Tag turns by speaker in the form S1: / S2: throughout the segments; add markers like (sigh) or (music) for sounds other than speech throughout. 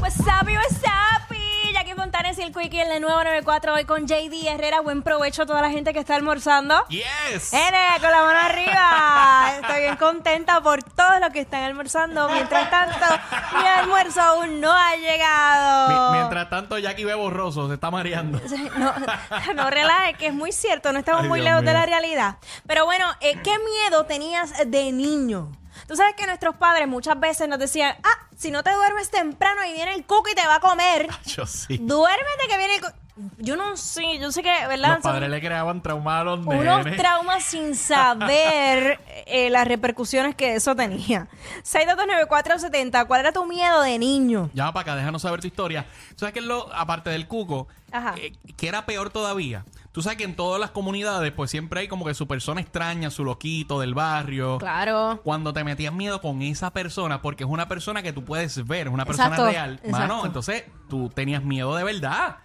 S1: Wasabi, wasabi. Jackie Fontanes y el Quickie en la nueva 94 hoy con JD Herrera. Buen provecho a toda la gente que está almorzando.
S2: Yes.
S1: Nene, con la mano arriba. Estoy bien contenta por todos los que están almorzando. Mientras tanto, mi almuerzo aún no ha llegado.
S2: Mi- mientras tanto, Jackie ve borroso, se
S1: (laughs)
S2: está mareando. (laughs)
S1: No, no relaje, que es muy cierto, no estamos
S2: Ay,
S1: muy
S2: Dios
S1: lejos de
S2: mío.
S1: la realidad. Pero bueno, eh, ¿qué miedo tenías de niño? Tú sabes que nuestros padres muchas veces nos decían, ah, si no te duermes temprano y viene el cuco y te va a comer,
S2: Yo sí.
S1: duérmete que viene el cuco. Yo no sé, yo sé que, ¿verdad?
S2: Los padres le creaban trauma a los
S1: Son unos
S2: nenes.
S1: traumas sin
S2: (laughs)
S1: saber eh, las repercusiones que eso tenía. 6229470, ¿cuál era tu miedo de niño?
S2: Llama para acá, déjanos saber tu historia. ¿Tú sabes que es lo, aparte del cuco,
S1: Ajá.
S2: eh, que era peor todavía? Tú sabes que en todas las comunidades, pues siempre hay como que su persona extraña, su loquito del barrio.
S1: Claro.
S2: Cuando te metías miedo con esa persona, porque es una persona que tú puedes ver, es una persona
S1: Exacto,
S2: real. Mano,
S1: exacto.
S2: entonces tú tenías miedo de verdad.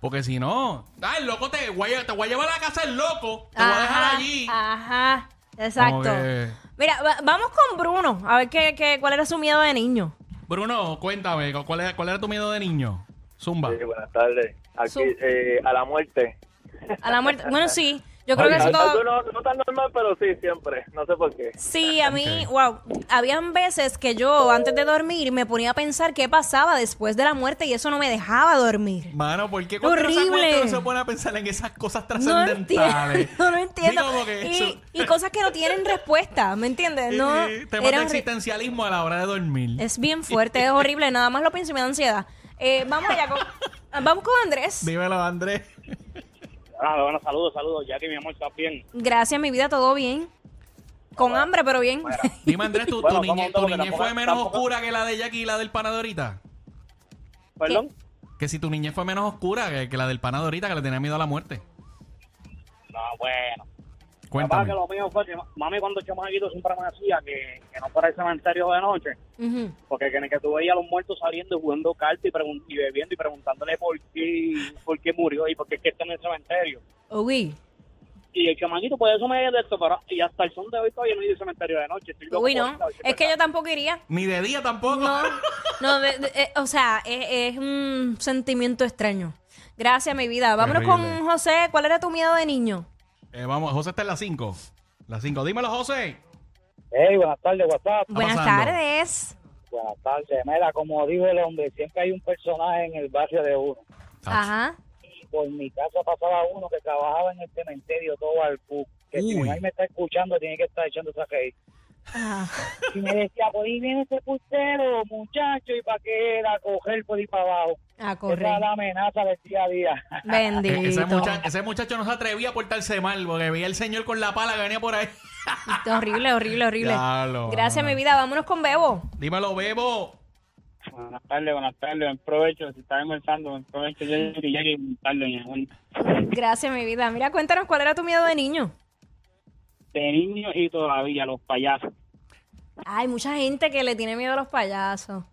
S2: Porque si no, ah, el loco te voy a, te voy a llevar a la casa del loco, te voy a dejar allí.
S1: ah. Ajá, exacto.
S2: Como que-
S1: Mira, va- vamos con Bruno, a ver qué, qué- cuál era su miedo de niño.
S2: Bruno, cuéntame, ¿cu- ¿cuál era, cuál era tu miedo de niño? Zumba.
S3: Sí, buenas tardes. Aquí,
S1: Su-
S3: eh, a la muerte.
S1: A la muerte. Bueno, sí, yo creo que eso
S3: Algo
S1: todo.
S3: no, no tan normal, pero sí, siempre. No sé por qué.
S1: Sí, a mí, wow. Habían veces que yo, antes de dormir, me ponía a pensar qué pasaba después de la muerte y eso no me dejaba dormir.
S2: Mano, ¿por qué cuando uno se
S1: Horrible.
S2: acuesta uno se pone a pensar en esas cosas
S1: No
S2: trascendentales?
S1: entiendo, (laughs) no entiendo.
S2: Digo, como que eso-
S1: Y, y cosas que no tienen respuesta, ¿me entiendes? No,
S2: eh, temas de
S1: eran-
S2: existencialismo a la hora de dormir.
S1: es bien fuerte, es horrible, nada más lo pienso y me da ansiedad. Eh, vamos allá, con- (laughs) vamos con Andrés.
S2: Dímelo, Andrés.
S4: Ah, bueno, saludos, saludos. Jackie, mi amor, ¿estás bien?
S1: Gracias, mi vida, todo bien. Con hambre, pero bien.
S2: Dime, Andrés, ¿tu, tu
S4: Bueno, vamos,
S2: niñez, tu
S4: vamos, que
S2: niñez
S4: tampoco-
S2: fue menos
S4: tampoco-
S2: oscura que la de Jackie y la del pana de ahorita?
S4: ¿Perdón?
S2: Que si tu niñez fue menos oscura que, que la del pana de ahorita, que le tenía miedo a la muerte.
S4: No, bueno. Capaz que
S2: Cuéntame.
S4: lo mío fue que ma- mami cuando yo chiquito siempre me decía que, que no fuera al cementerio de noche,
S1: Ujú.
S4: porque que, que tú veías a los muertos saliendo y jugando cartas y, pregun- y bebiendo y preguntándole por qué, por qué murió y por qué es que está en el cementerio.
S1: (laughs) Uy,
S4: Y el chamaquito, pues eso me de esto, pero y hasta el son de hoy todavía no he ido al cementerio de noche. Estoy loco
S1: uy,
S4: por
S1: no.
S4: ir a ver si
S1: Es que
S4: verdad.
S1: yo tampoco iría.
S2: Ni de día tampoco.
S1: No, no, de- de- eh, o sea, es, es un sentimiento extraño. Gracias, mi vida. Vámonos
S2: Terrible.
S1: con José. ¿Cuál era tu miedo de niño?
S2: (laughs) Eh, vamos, José está en la 5. La 5. Dímelo, José.
S5: Hey, buenas tardes, WhatsApp.
S1: Buenas
S2: pasando?
S1: tardes.
S5: Buenas tardes. Mira, como dijo el hombre, siempre hay un personaje en el barrio de uno.
S1: Ajá. Ah,
S5: Por mi casa pasaba uno que trabajaba en el cementerio todo al cu. Que si
S2: Uy.
S5: mi mamá me está escuchando, tiene que estar echando esa reír.
S1: Ajá.
S5: Y me decía, por ahí viene ese pustero, muchacho, ¿y para qué era? Coger por ahí para abajo.
S1: A
S5: Esa era
S1: correr.
S5: la amenaza del día a día.
S2: E- Ese,
S1: Bendito.
S2: mucha- ese muchacho no se atrevía a portarse mal porque veía al señor con la pala que venía por ahí.
S1: Horrible,
S2: (laughs)
S1: horrible, horrible.
S2: Diablo,
S1: Gracias, mi
S2: mano.
S1: vida. Vámonos con Bebo.
S2: Dímelo, Bebo.
S4: Buenas tardes, buenas tardes. Buen provecho. Si estás almorzando, buen provecho. Yo y Jackie, buenas tardes, doña Juana.
S1: Gracias, mi vida. Mira, cuéntanos cuál era tu miedo de niño.
S4: De niño y todavía, los payasos.
S1: Hay mucha gente que le tiene miedo a los payasos.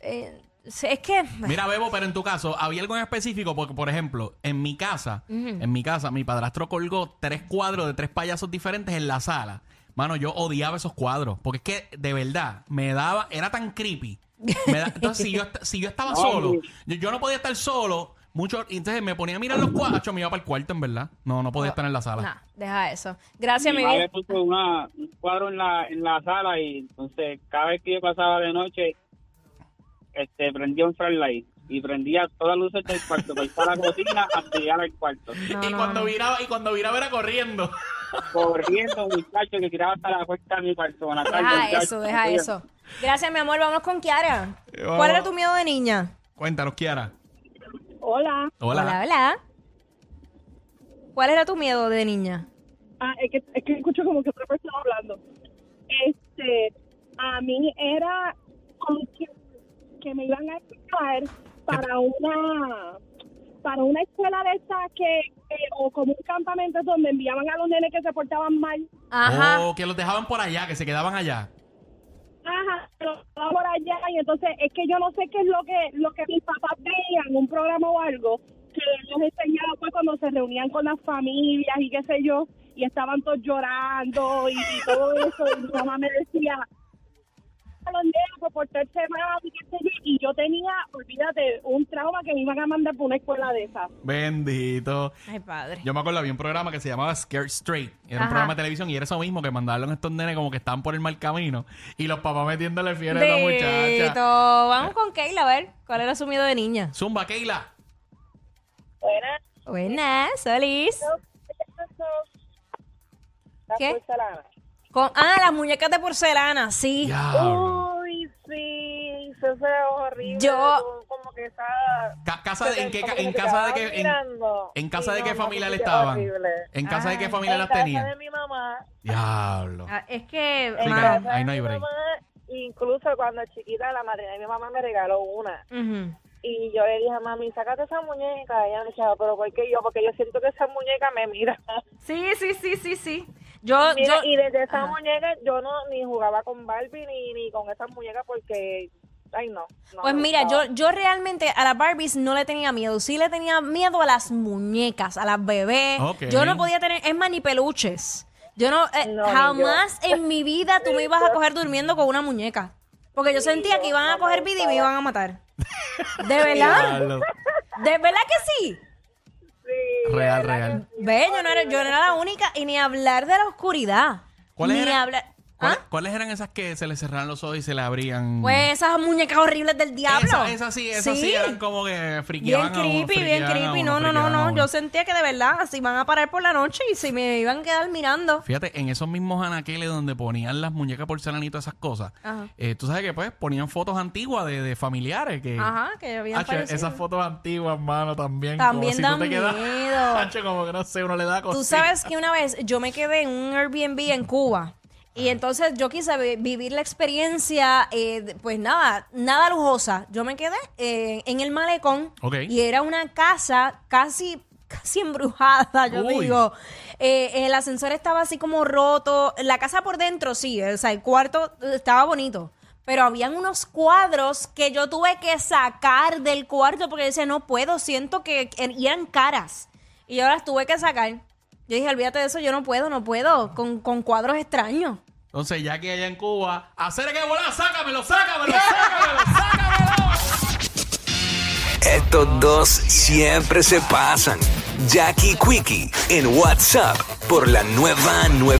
S1: Eh, es que.
S2: Mira, Bebo, pero en tu caso, ¿había algo en específico? Porque, por ejemplo, en mi casa, en mi casa, mi padrastro colgó tres cuadros de tres payasos diferentes en la sala. Mano, yo odiaba esos cuadros. Porque es que, de verdad, me daba, era tan creepy. Me da- entonces, si yo, est- si
S1: (laughs)
S2: yo estaba solo, yo, yo no podía estar solo. Mucho, y entonces me ponía a mirar los cuadros, Acho, me iba para el cuarto, en verdad. No, no podía estar en la sala.
S1: Nah, deja eso. Gracias, mi,
S4: mi
S1: vida.
S4: madre puso una, un cuadro en la, en la sala y entonces cada vez que yo pasaba de noche, este, prendía un flashlight. y prendía todas las luces del cuarto para irse a la cocina hasta llegar al cuarto.
S1: No,
S2: (laughs) y,
S1: no,
S2: cuando
S1: no.
S2: Viraba, y cuando viraba era corriendo. (laughs)
S4: Corriendo, muchacho, que tiraba hasta la puerta de mi cuarto. Buenas tardes,
S1: Deja
S4: muchacho.
S1: eso, deja eso. Gracias, mi amor. Vamos con Kiara.
S2: Eh, vamos.
S1: ¿Cuál era tu miedo de niña?
S2: Cuéntanos, Kiara.
S5: Hola.
S2: Hola.
S1: hola. hola. ¿Cuál era tu miedo de niña?
S5: Ah, es, que, es que escucho como que otra persona hablando. Este, a mí era como que, que me iban a escuchar para una para una escuela de esas que, eh, o como un campamento donde enviaban a los nenes que se portaban mal.
S1: Ajá.
S2: O Oh, que los dejaban por allá, que se quedaban allá.
S5: Ajá, pero estaba por allá y entonces es que yo no sé qué es lo que lo que mis papás veían, un programa o algo que ellos enseñaban pues cuando se reunían con las familias y qué sé yo y estaban todos llorando y, y todo eso y mi mamá me decía a los negros por portarse mal y qué sé yo y yo tenía, olvídate, un trauma que me iban a mandar por una escuela de esas.
S2: Bendito.
S1: Ay, padre.
S2: Yo me acuerdo, había un programa que se llamaba Scared Straight. Era un
S1: Ajá.
S2: programa de televisión y era eso mismo, que mandaban a estos nenes como que estaban por el mal camino. Y los papás metiéndole fiebre a la
S1: Bendito.
S2: muchacha.
S1: Vamos con Keila a ver cuál era su miedo de niña.
S2: Zumba, Keila.
S1: Buenas, Solís. ¿Qué?
S5: porcelana.
S1: Con, ah, las muñecas de porcelana, sí.
S2: Ah,
S1: uh,
S2: Diablo.
S5: Uy, sí, eso era horrible.
S1: Yo-
S5: Como que estaba...
S2: Ca- casa de- ¿En, qué, ca- en
S5: Como que
S2: casa de
S5: te
S2: qué, en,
S5: estaban mirando.
S2: en casa
S5: Sí,
S2: de
S5: no,
S2: qué
S5: no,
S2: familia le
S5: qué
S2: estaban?
S5: horrible.
S2: ¿En casa de qué
S1: Ay.
S2: familia
S5: En
S2: las
S5: casa de
S2: tenían?
S5: mi mamá.
S2: Diablo.
S1: Ah, es que.
S5: en
S2: Explica,
S1: mano.
S5: casa
S2: ahí
S5: de
S2: no hay
S5: mi
S2: break.
S5: mamá, Incluso cuando chiquita, la madrina de mi mamá me regaló una.
S1: Ujú.
S5: Y yo le dije a mami, sácate esa muñeca. Y ella me decía, pero ¿por qué yo? Porque yo siento que esa muñeca
S2: (laughs)
S5: me mira.
S1: Sí, sí, sí, sí, sí. Yo,
S5: Mira,
S1: yo,
S5: y desde esa
S1: Ajá.
S5: muñeca yo no ni jugaba con Barbie ni, ni con esa muñeca porque, ay no. no
S1: Pues
S5: me
S1: mira,
S5: gustaba.
S1: yo, yo realmente a las Barbies no le tenía miedo. Sí le tenía miedo a las muñecas, a las bebés.
S2: Ok.
S1: Yo no podía tener, es más, ni peluches. Yo no, eh,
S5: No, ni
S1: jamás en mi vida tú me ibas a coger durmiendo con una muñeca. Porque yo sentía que iban a coger vida y me iban a
S2: (laughs)
S1: matar. ¿De verdad? (laughs)
S2: Diablo.
S1: ¿De verdad que sí?
S5: Sí,
S2: Real,
S5: ¿verdad
S2: real.
S5: que sí?
S1: Ve, yo no, era, yo no era la única. Y ni hablar de la oscuridad.
S2: ¿Cuáles
S1: ni
S2: eran?
S1: hablar. ¿Ah?
S2: ¿Cuál- ¿Cuáles eran esas que se les cerraban los ojos y se le abrían?
S1: Pues esas muñecas horribles del diablo.
S2: Esas esa sí, esas sí. eran como que
S1: Bien
S2: friqueaban a uno,
S1: creepy, bien
S2: friqueaban a
S1: creepy.
S2: uno,
S1: No, no, no,
S2: friqueaban a
S1: no.
S2: uno.
S1: Yo sentía que de verdad, si van a parar por la noche y si me iban a quedar mirando.
S2: Fíjate, en esos mismos anaqueles donde ponían las muñecas porcelana y todas esas cosas,
S1: Ajá.
S2: eh, tú sabes que pues ponían fotos antiguas de, de familiares que...
S1: Ajá, que habían
S2: Hacho,
S1: parecido.
S2: esas fotos antiguas, mano, también.
S1: También
S2: como si
S1: dan
S2: tú te quedas,
S1: miedo.
S2: (laughs) Hacho, como que no sé, uno le da cosas.
S1: Tú sabes que una vez yo me quedé en un Airbnb en Cuba. Y entonces yo quise vi- vivir la experiencia, eh, de- pues nada, nada lujosa. Yo me quedé eh, en el malecón
S2: Ok.
S1: y era una casa casi casi embrujada, yo
S2: Uy.
S1: digo. Eh, el ascensor estaba así como roto. La casa por dentro sí, o sea, el cuarto eh, estaba bonito. Pero habían unos cuadros que yo tuve que sacar del cuarto porque yo decía, no puedo, siento que... Y eran caras. Y yo las tuve que sacar. Yo dije, olvídate de eso, yo no puedo, no puedo, con, con cuadros extraños.
S2: Entonces, ya que allá en Cuba, hacer que volar, sácamelo, sácamelo, sácamelo, sácamelo.
S6: Estos dos siempre se pasan. Jackie Quickie en WhatsApp por la nueva 9.